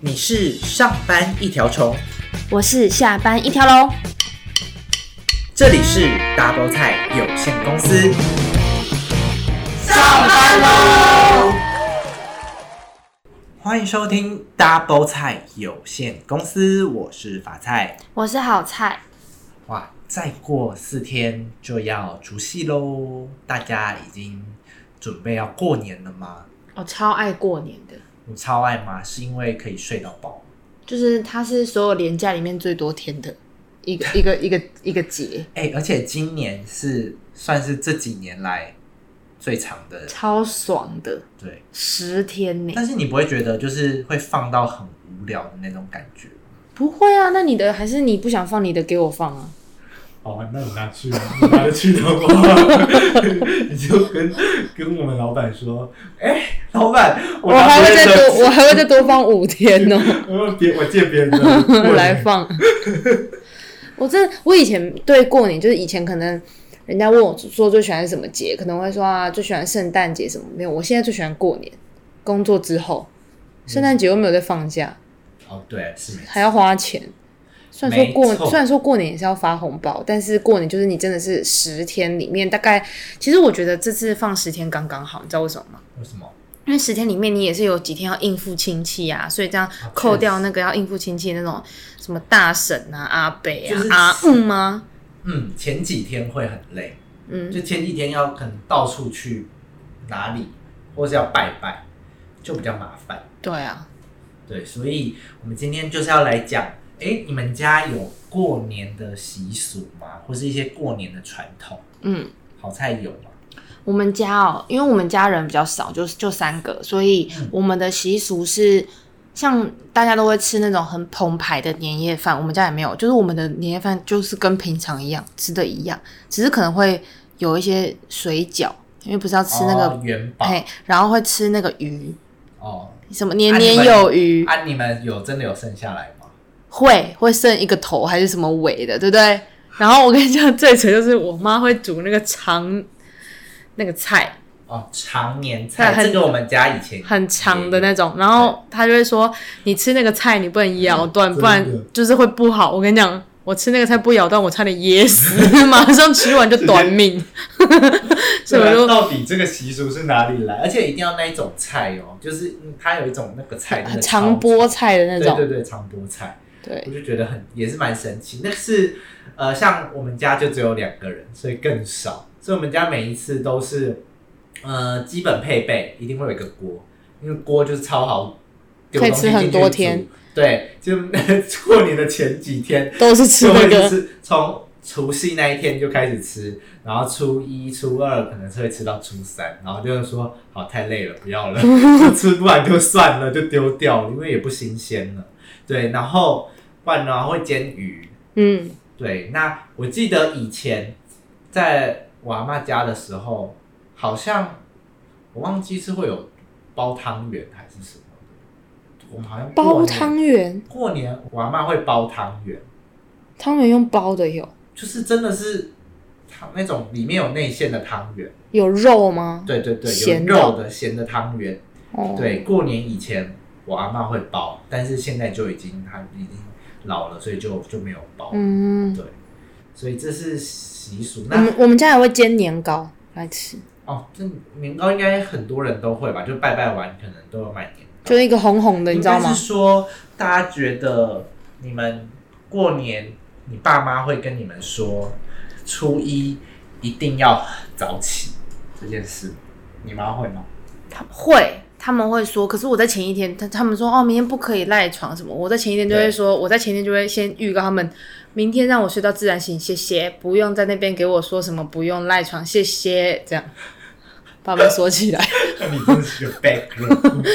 你是上班一条虫，我是下班一条龙。这里是 Double 菜有限公司。上班喽！欢迎收听 Double 菜有限公司，我是法菜。我是好菜，哇，再过四天就要除夕喽，大家已经准备要过年了吗？我哦超爱过年的，我超爱吗？是因为可以睡到饱。就是它是所有年假里面最多天的一个 一个一个一个节，哎、而且今年是算是这几年来最长的，超爽的，对。十天呢。但是你不会觉得就是会放到很无聊的那种感觉吗不会啊，那你的还是你不想放你的给我放啊？哦，那你拿去，你拿得去的话， 你就跟跟我们老板说，哎、老板，我 我拿还别会再人的多，我还会再多放五天哦呢、我别我借别人的 来 放。我真的我以前对过年，就是以前可能人家问我说最喜欢什么节，可能会说啊最喜欢圣诞节什么没有，我现在最喜欢过年。工作之后，圣诞节又没有在放假，哦，对，是没错还要花钱。虽然说过没，错虽然说过年也是要发红包，但是过年就是你真的是十天里面，大概其实我觉得这次放十天刚刚好，你知道为什么吗？为什么？因为十天里面你也是有几天要应付亲戚啊，所以这样扣掉那个要应付亲戚的那种什么大婶啊、阿北啊、就是阿嗯吗？嗯，前几天会很累，嗯，就前几天要可能到处去哪里，或是要拜拜，就比较麻烦。对啊，对，所以我们今天就是要来讲，哎，你们家有过年的习俗吗？或是一些过年的传统？嗯，好菜有吗？我们家哦，因为我们家人比较少，就就三个，所以我们的习俗是像大家都会吃那种很澎湃的年夜饭，我们家也没有，就是我们的年夜饭就是跟平常一样吃的一样，只是可能会有一些水饺，因为不是要吃那个哦、元宝嘿，然后会吃那个鱼，哦。什么年啊你年们有余。啊，你们有真的有剩下来吗？会会剩一个头还是什么尾的，对不对？然后我跟你讲，最扯就是我妈会煮那个长那个菜，哦，常年对菜，很这个我们家以前很长的也那种，然后她就会说，你吃那个菜你不能咬断，嗯不然真的就是会不好。我跟你讲，我吃那个菜不咬断，我差点噎死，马上吃完就短 命。所以我对啊就到底这个习俗是哪里有，来？而且一定要那一种菜哦，就是嗯它有一种那个菜，那个长菠菜的那对对对，种，长菠菜，对我就觉得很也是蛮神奇。那是呃，像我们家就只有两个人，所以更少，所以我们家每一次都是呃基本配备一定会有一个锅，因为锅就是超好，丢可以东西吃很进去多煮天。对，就 过年的前几天，都是吃就那 会个。是从除夕那一天就开始吃，然后初一、初二可能是会吃到初三，然后就是说好太累了，不要 了，就吃不完就算了，就丢掉了，因为也不新鲜了。对，然后不然呢会煎鱼。嗯，对，那我记得以前在我阿妈家的时候，好像我忘记是会有包汤圆还是什么的，我们好像过包年汤圆，过年我阿妈会包汤圆。汤圆用包的有就是真的是汤那种里面有内馅的汤圆，有肉吗？对对对，有哦咸的肉的咸的汤圆。哦，对，过年以前我阿妈会包，但是现在就已经她已经老了，所以就就没有包。嗯。对，所以这是习俗。我那们我们家也会煎年糕来吃，哦，这年糕应该很多人都会吧？就拜拜完可能都有买年糕就。一个红红的，你知道应该吗是？说大家觉得你们过年，你爸妈会跟你们说，初一一定要早起这件事，你妈会吗？他会，他们会说，可是我在前一天，他他们说哦，明天不可以赖床什么，我在前一天就会对说，我在前一天就会先预告他们，明天让我睡到自然醒，谢谢，不用在那边给我说什么不用赖床，谢谢， 这样把门锁起来。那你真是个 bad girl。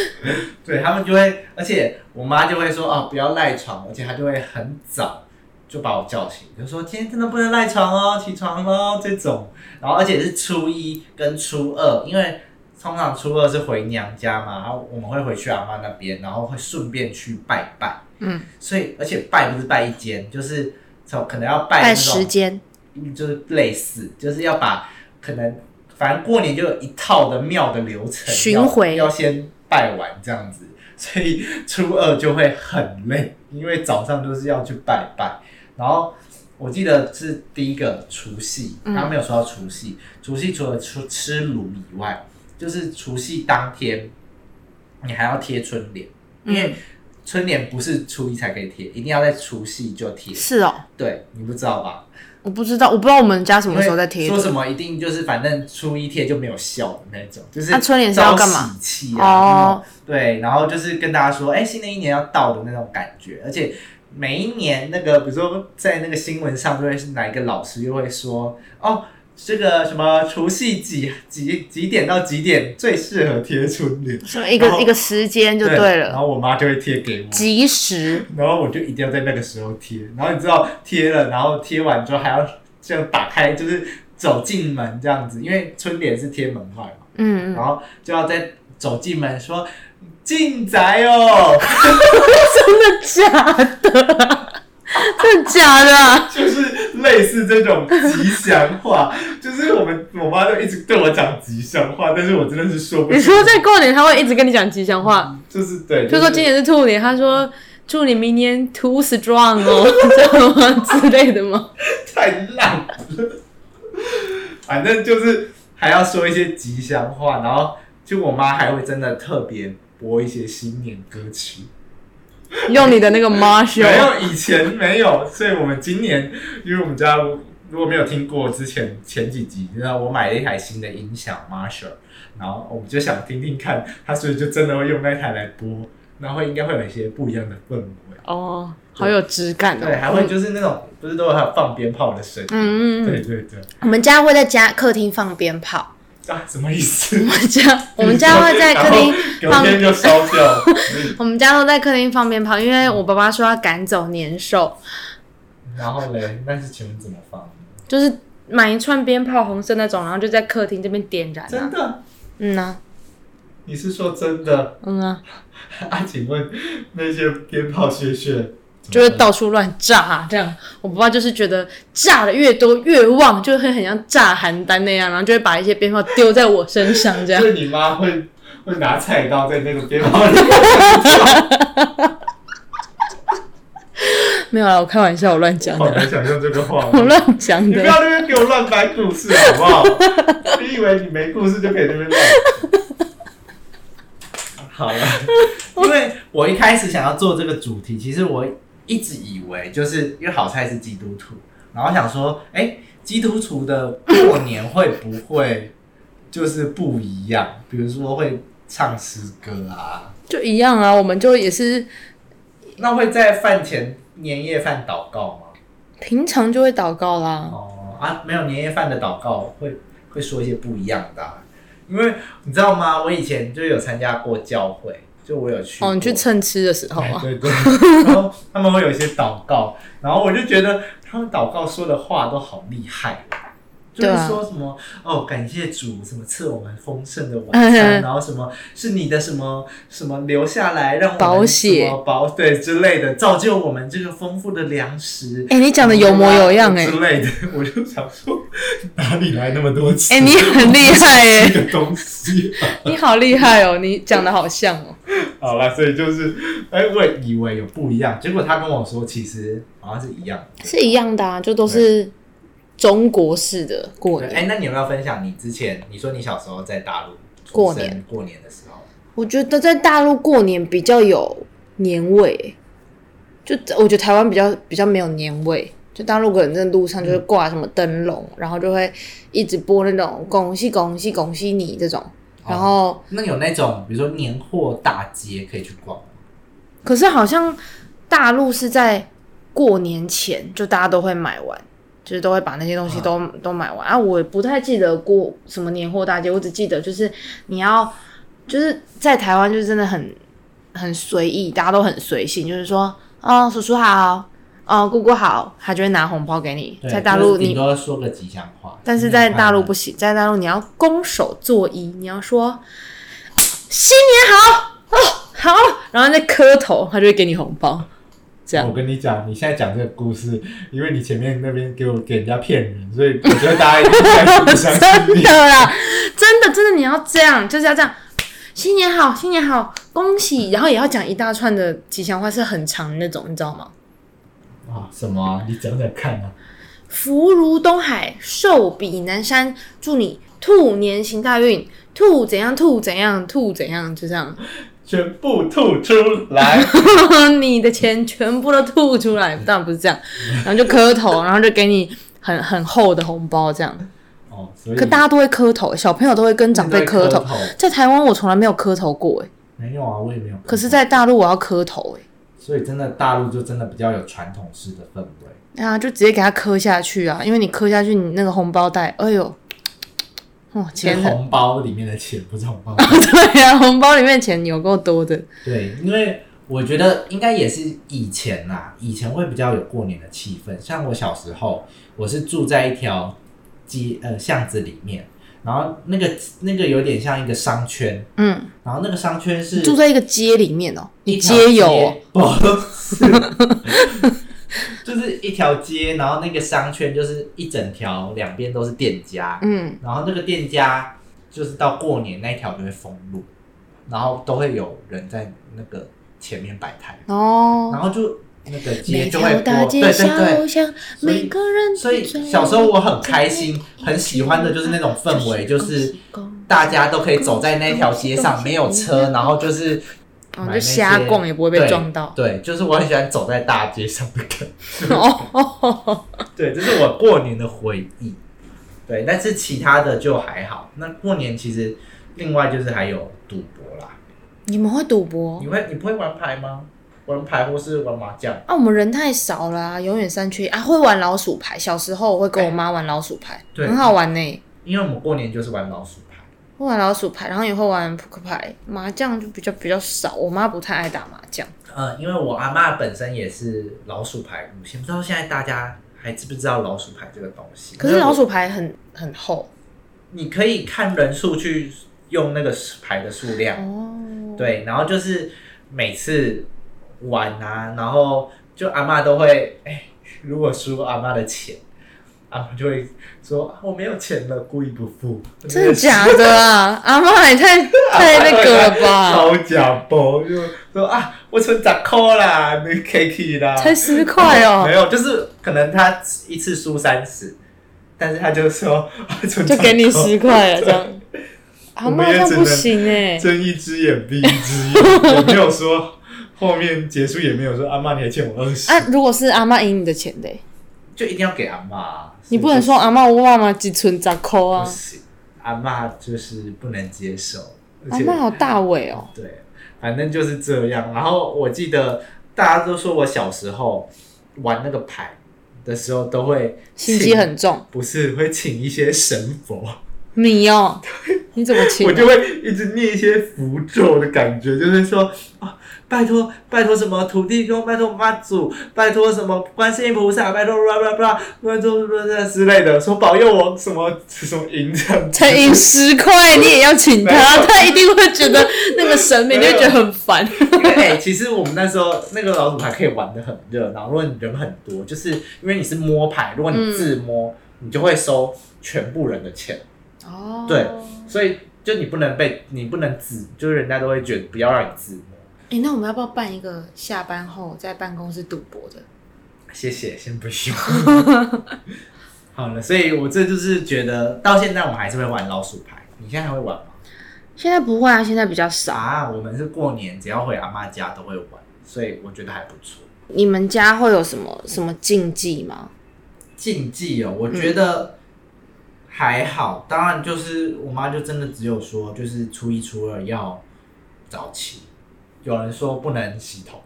对 他们就会，而且我妈就会说哦，不要赖床，而且她就会很早就把我叫醒，就说今天真的不能赖床哦，起床喽这种。然后而且是初一跟初二，因为通常初二是回娘家嘛，然后我们会回去阿妈那边，然后会顺便去拜拜。嗯，所以而且拜不是拜一间，就是从可能要拜拜那种时间，嗯就是类似，就是要把可能反正过年就有一套的庙的流程，巡要回要先拜完这样子，所以初二就会很累，因为早上就是要去拜拜，然后。我记得是第一个除夕，嗯他没有说到除夕。除夕除了吃吃炉以外，就是除夕当天，你还要贴春联，因嗯为春联不是初一才可以贴，一定要在除夕就贴。是哦，对，你不知道吧？我不知道，我不知道我们家什因么为时候在贴说什么一定就是反正初一贴就没有效的那种，就是那啊春联是要干嘛招喜气啊，哦，对，然后就是跟大家说，哎、新的一年要到的那种感觉，而且每一年那个，比如说在那个新闻上，就会是哪一个老师就会说，哦，这个什么除夕几几几点到几点最适合贴春联，什么一然个后一个时间就对然了，后我妈就会贴给我。及时然后我就一定要在那个时候贴，然后你知道贴了，然后贴完之后还要这样打开，就是走进门这样子，因为春联是贴门外嘛，嗯嗯，然后就要再走进门说进宅哦， 真的假的？ 真的假的？就是类似这种吉祥话， 就是我们我妈就一直对我讲吉祥话，但是我真的是说不你出，说在过年他会一直跟你讲吉祥话，就是对，就说今年是兔 年，他说祝你明年 too strong 哦， 这样吗之类的吗？太烂了。反正就是还要说一些吉祥话，然后就我妈还会真的特别播一些新年歌曲。用你的那个没 Marshall，有以前没有，所以我们今年因为我们家如果没有听过之前前几集，你知道我买了一台新的音响 Marshall，然后我们就想听听看，它所以就真的会用那台来播，然后应该会有一些不一样的氛围。哦，好有质感哦。对，还会就是那种不是都有还有放鞭炮的声音？嗯嗯嗯，对对对，我们家会在家客厅放鞭炮，啊，什么意思？ 我们家我们家会在客厅 然后放隔天就烧掉。 我们家都在客厅放鞭炮，因为我爸爸说要赶走年兽，然后嘞，但是请问怎么放？就是买一串鞭炮，红色那种，然后就在客厅这边点燃、真啊。的？嗯呐、你是说真的？嗯啊，啊，请问那些鞭炮屑屑，就会到处乱炸、这样。我爸爸就是觉得炸的越多越旺，就会很像炸邯郸那样，然后就会把一些鞭炮丢在我身上这样就。是你妈会会拿菜刀在那个鞭炮里。没有啦，我开玩笑，我乱讲 好的，难想象这个画我面。乱讲你不要 的。在那边给我乱掰故事好不好？你以为你没故事就可以在那边乱？好了，因为我一开始想要做这个主题，其实我一直以为就是因为好菜是基督徒，然后想说，哎、基督徒的过年会不会就是不一样？比如说会唱诗歌啊，就一样啊，我们就也是那会在饭前年夜饭祷告吗？平常就会祷告啦。哦啊，没有年夜饭的祷告会会说一些不一样的啊、因为你知道吗？我以前就有参加过教会，就我有去哦，你去过哎蹭吃的时候啊，对对 对，然后他们会有一些祷告，然后我就觉得他们祷告说的话都好厉害哦。就对啊是说什么、哦，感谢主，什么赐我们丰盛的晚餐，嗯然后什么是你的什么什么留下来让我们保险什么保对之类的，造就我们这个丰富的粮食。哎、你讲的有模有样哎、之类的， 我就想说哪里来那么多哎、钱？你很厉害 哎、这个东西，你好厉害哦，你讲的好像哦。好啦，所以就是，哎、我也以为有不一样，结果他跟我说，其实好像是一样的。是一样的啊，就都是中国式的过对年。哎、那你有没有分享你之前你说你小时候在大陆过出生年过年的时候，我觉得在大陆过年比较有年味，就我觉得台湾比较比较没有年味。就大陆可能在路上就是挂什么灯笼，然后就会一直播那种“恭喜恭喜恭喜你”这种。然后，那有那种比如说年货大街可以去逛吗，可是好像大陆是在过年前就大家都会买完，就是都会把那些东西都、都买完啊。我不太记得过什么年货大街，我只记得就是你要就是在台湾就是真的很很随意，大家都很随性，就是说哦叔叔好，哦姑姑好，他就会拿红包给你。对在大陆就是你顶多说个吉祥话，但是在大陆嗯不行，在大陆你要拱手作揖，你要说新年好哦好，然后再磕头，他就会给你红包。这样我跟你讲，你现在讲这个故事，因为你前面那边给我给人家骗人，所以我觉得大家一定在不相 信真你。的啦，真的真的，你要这样，就是要这样。新年好，新年好，恭喜！然后也要讲一大串的吉祥话，是很长的那种，你知道吗？啊，什么啊？你讲讲看啊！福如东海，寿比南山，祝你兔年行大运，兔怎样，兔怎样，兔怎样，就这样，全部吐出 来。你的钱全部都吐出来。当然不是这样，然后就磕头，然后就给你很很厚的红包这样。哦，所以可大家都会磕头，小朋友嗯都会跟长辈磕头你都会。在台湾我从来没有磕头过，哎，没有啊，我也没有。可是，，在大陆我要磕头，哎，所以真的大陆就真的比较有传统式的氛围。啊，就直接给他磕下去啊，因为你磕下去，你那个红包袋，哎呦，哦，钱是很，红包里面的钱，不是红 包。对啊，红包里面钱有够多的。对，因为我觉得应该也是以前啦，以前会比较有过年的气氛。像我小时候，我是住在一条街呃巷子里面，然后那个那个有点像一个商圈，嗯，然后那个商圈是住在一个街里面哦，一你条街有 哦，不是，就是一条街，然后那个商圈就是一整条，两边都是店家，嗯，然后那个店家就是到过年那一条就会封路，然后都会有人在那个前面摆摊，哦，然后就那个街每就会播，条大对街小对巷，所以每个人对，所以小时候我很开心，很喜欢的就是那种氛围，就是大家都可以走在那条街上，没有车，然后就是买哦，那些就瞎逛也不会被 撞到。对，对就是我很喜欢走在大街上的感觉。 哦哦哦，对，这是我过年的回忆。对，但是其他的就还好。那过年其实另外就是还有赌博啦。你们会赌博你？会你不会玩牌吗？玩牌或是玩麻将？啊，我们人太少啦、永远三缺一啊。会玩老鼠牌，小时候我会跟我妈玩老鼠牌，对很好玩呢、因为我们过年就是玩老鼠牌。会玩老鼠牌，然后也会玩扑克牌，麻将就比较比较少。我妈不太爱打麻将，呃，因为我阿妈本身也是老鼠牌路线，不知道现在大家还知不知道老鼠牌这个东西？可是老，鼠牌很很厚你可以看人数去用那个牌的数量。哦。对，然后就是每次玩啊，然后就阿嬷都会，哎、如果输阿嬷的钱，阿嬷就会说啊我没有钱了，故意不付。真的假的啊？ 阿妈也太太那个了 吧？超假包，就说啊，我存十块啦，没 K K 啦，才十块哦没，有，就是可能他一次输三十，但是他就说啊存就给你10块十块了这样。阿我妈们这也样只不能行哎、睁一只眼闭一只 眼，也没有说后面结束也没有说阿妈你还欠我二十、啊，如果是阿妈赢你的钱嘞、就一定要给阿嬷，你不能说阿妈我妈妈只存十块不啊。行，阿嬷就是不能接受，而阿且妈好大尾哦，对，反正就是这样。然后我记得大家都说我小时候玩那个牌的时候，都会心请机很重。不是会请一些神佛，你哦，你怎么请我啊？就会一直念一些符咒的感觉，就是说啊，拜托拜托什么土地公，拜托妈祖，拜托什么观世音菩萨，拜托 blah blah blah，拜托 blah blah 之类的，说保佑我什么什么赢这样子才赢十块，你也要请他，他一定会觉得那个神明就会觉得很烦。 因为哎、其实我们那时候那个老鼠牌可以玩的很热闹，如果你人很多，就是因为你是摸牌，如果你自摸，你就会收全部人的钱， 哦对所以就你不能被你不能自，就是人家都会觉得不要让你自摸。哎、那我们要不要办一个下班后在办公室赌博的？谢谢，先不用。 好了，所以我这就是觉得到现在我还是会玩老鼠牌，你现在还会玩吗？现在不会啊，现在比较少。啊，我们是过年只要回阿妈家都会玩，所以我觉得还不错。你们家会有什么什么禁忌吗？禁忌哦，我觉得还好。当然，就是我妈就真的只有说，就是初一初二要早起。有人说不能洗头，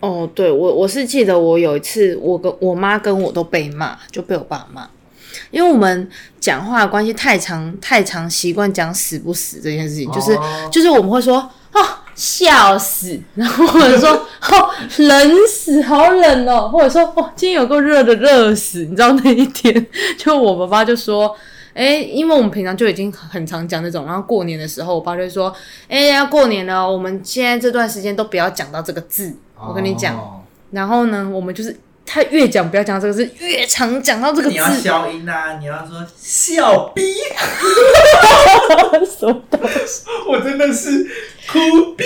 哦，对我我是记得我有一次，我跟我妈跟我都被骂，就被我爸骂，因为我们讲话的关系太常太常习惯讲死不死这件事情，就是哦就是我们会说哦笑死，然后或 者说哦冷死，好冷哦，或者说哦今天有够热的热死，你知道那一天就我爸爸就说。哎、因为我们平常就已经很常讲这种，然后过年的时候，我爸就会说：“哎、要过年了，我们现在这段时间都不要讲到这个字。我跟你讲，哦然后呢，我们就是他越讲不要讲到这个字，越常讲到这个你要字， 消音啊，你要说笑逼，啊什么我真的是哭逼，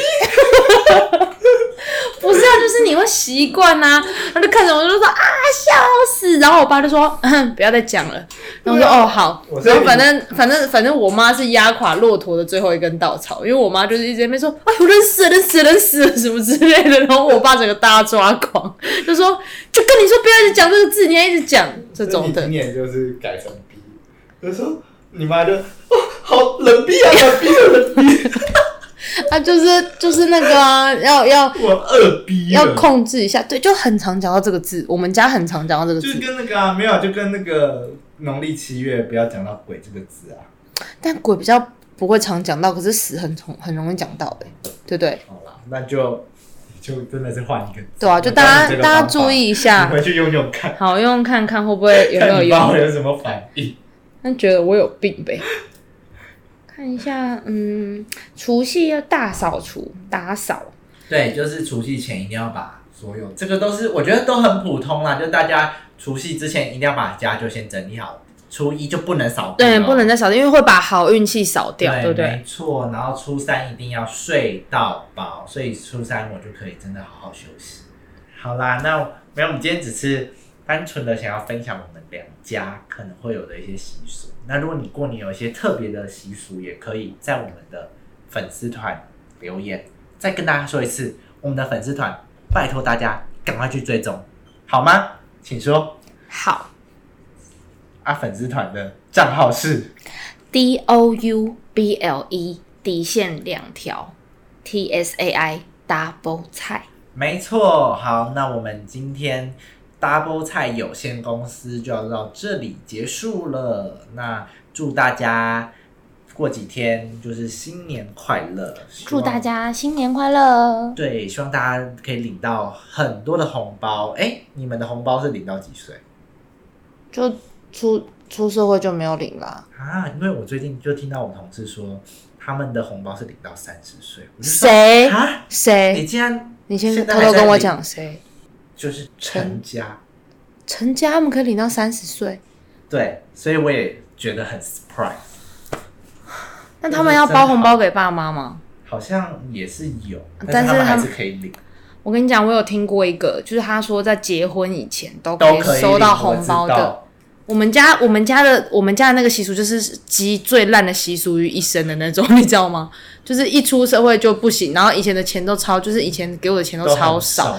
不是啊，就是你会习惯呐、他就看着我就说啊，笑死。然后我爸就说，嗯，不要再讲了。然后我说、哦好我。在然后反正反正反正我妈是压垮骆驼的最后一根稻草，因为我妈就是一直在那边说，哎呦，人死了，人死了，人死了什么之类的。然后我爸整个大抓狂，就说就跟你说不要一直讲这个字，你还一直讲这种所以的你今。年就是改成逼，就说你妈 就哦，好冷逼啊，冷逼啊，冷逼，啊，就是就是那个啊，要要我二逼啊了要控制一下，对，就很常讲到这个字，我们家很常讲到这个就字是。跟那个啊，没有，就跟那个农历七月不要讲到鬼这个字啊。但鬼比较不会常讲到，可是死很重很容易讲到的、对不对？好啦，那就就真的是换一个字。对啊，就大我教你家这个大家方法注，意一 你下，回去用用看，好用看看会不会有没有看你爸会用。有什么反应。那觉得我有病呗？看一下，嗯，除夕要大扫除，打扫。对，就是除夕前一定要把所有这个都是我觉得都很普通啦，就大家除夕之前一定要把家就先整理好，初一就不能扫地对，了不能再扫，因为会把好运气扫掉，对不对？没错。然后初三一定要睡到饱，所以初三我就可以真的好好休息。好啦，那没有，我们今天只是单纯的想要分享我们两家可能会有的一些习俗。那如果你过年有一些特别的习俗，也可以在我们的粉丝团留言。再跟大家说一次，我们的粉丝团，拜托大家赶快去追踪，好吗？请说好啊，粉丝团的账号是。 ，D O U B L E 底线两条，T S A I double 菜。没错，好，那我们今天 Double 菜有限公司就要到这里结束了。那祝大家过几天就是新年快乐，希祝望大家新年快乐！对，希望大家可以领到很多的红包。哎，你们的红包是领到几岁就出出社会就没有领啦。啊？因为我最近就听到我同事说，他们的红包是领到三十岁。我就说谁啊？你谁？竟然你先现在偷还偷在跟我领讲谁？就是成家？成家他们可以领到三十岁，对，所以我也觉得很 surprise。那他们要包红包给爸妈吗？好像也是有，但但是是他们他还们是可以领，我跟你讲，我有听过一个，就是他说在结婚以前都可都以可以收到领我红知包的。道我们家我们家的我们家的那个习俗就是集最烂的习俗于一身的那种， 你知道吗？就是一出社会就不行，然后以前的钱都超，就是以前给我的钱都都超很少少，，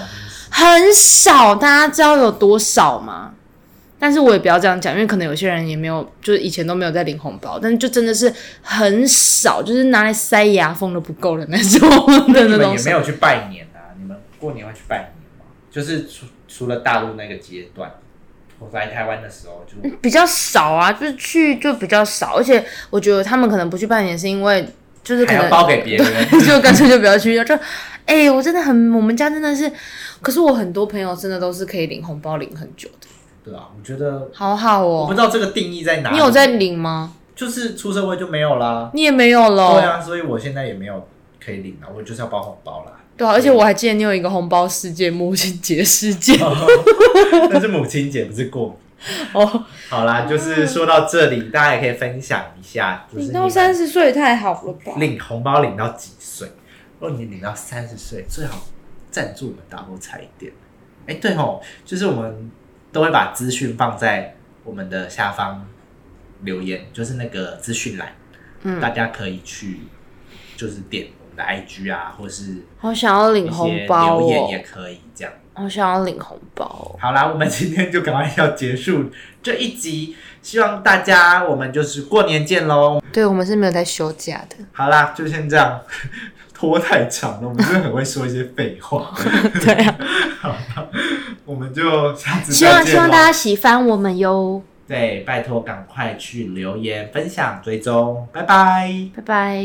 很少，大家知道有多少吗？但是我也不要这样讲，因为可能有些人也没有，就是以前都没有在领红包，但是就真的是很少，就是拿来塞牙缝都不够的那种的你那们种也。没有去拜年啊？你们过年会去拜年吗？就是除除了大陆那个阶段，我来台湾的时候就比较少啊，就是去就比较少，而且我觉得他们可能不去拜年是因为就是可还能要包给别人， 就干脆就不要去。就，哎、我真的很，我们家真的是，可是我很多朋友真的都是可以领红包领很久的，对啊，我 觉得好好我不哦。知道这个定义在哪里。你有在领吗？就是出社会就没有啦，你也没有喽。对啊，所以我现在也没有可以领了，我就是要包红包啦。 对啊，而且我还记得你有一个红包事件，母亲节事件哦但是母亲节不是过年。 哦，好啦，就是说到这里，大家也可以分享一下，就是领你到们三十岁也太好了吧？领红包领到几岁？如果你领到三十岁，最好赞助我们打波彩一点。哎、对吼，就是我们都会把资讯放在我们的下方留言，就是那个资讯栏，嗯大家可以去就是点我们的 IG 啊，或是好想要一领些红包留哦言也，可以这样。好想要领红包哦、好啦，我们今天就赶快要结束这一集，希望大家我们就是过年见喽。对我们是没有在休假的，好啦，就先这样， 拖太长了，我们真的很会说一些废话。 对啊， 好吧，我们就下次希再望见希望大家家喜欢我们哟，对，拜托赶快去留言、分享、追踪，拜拜。拜拜。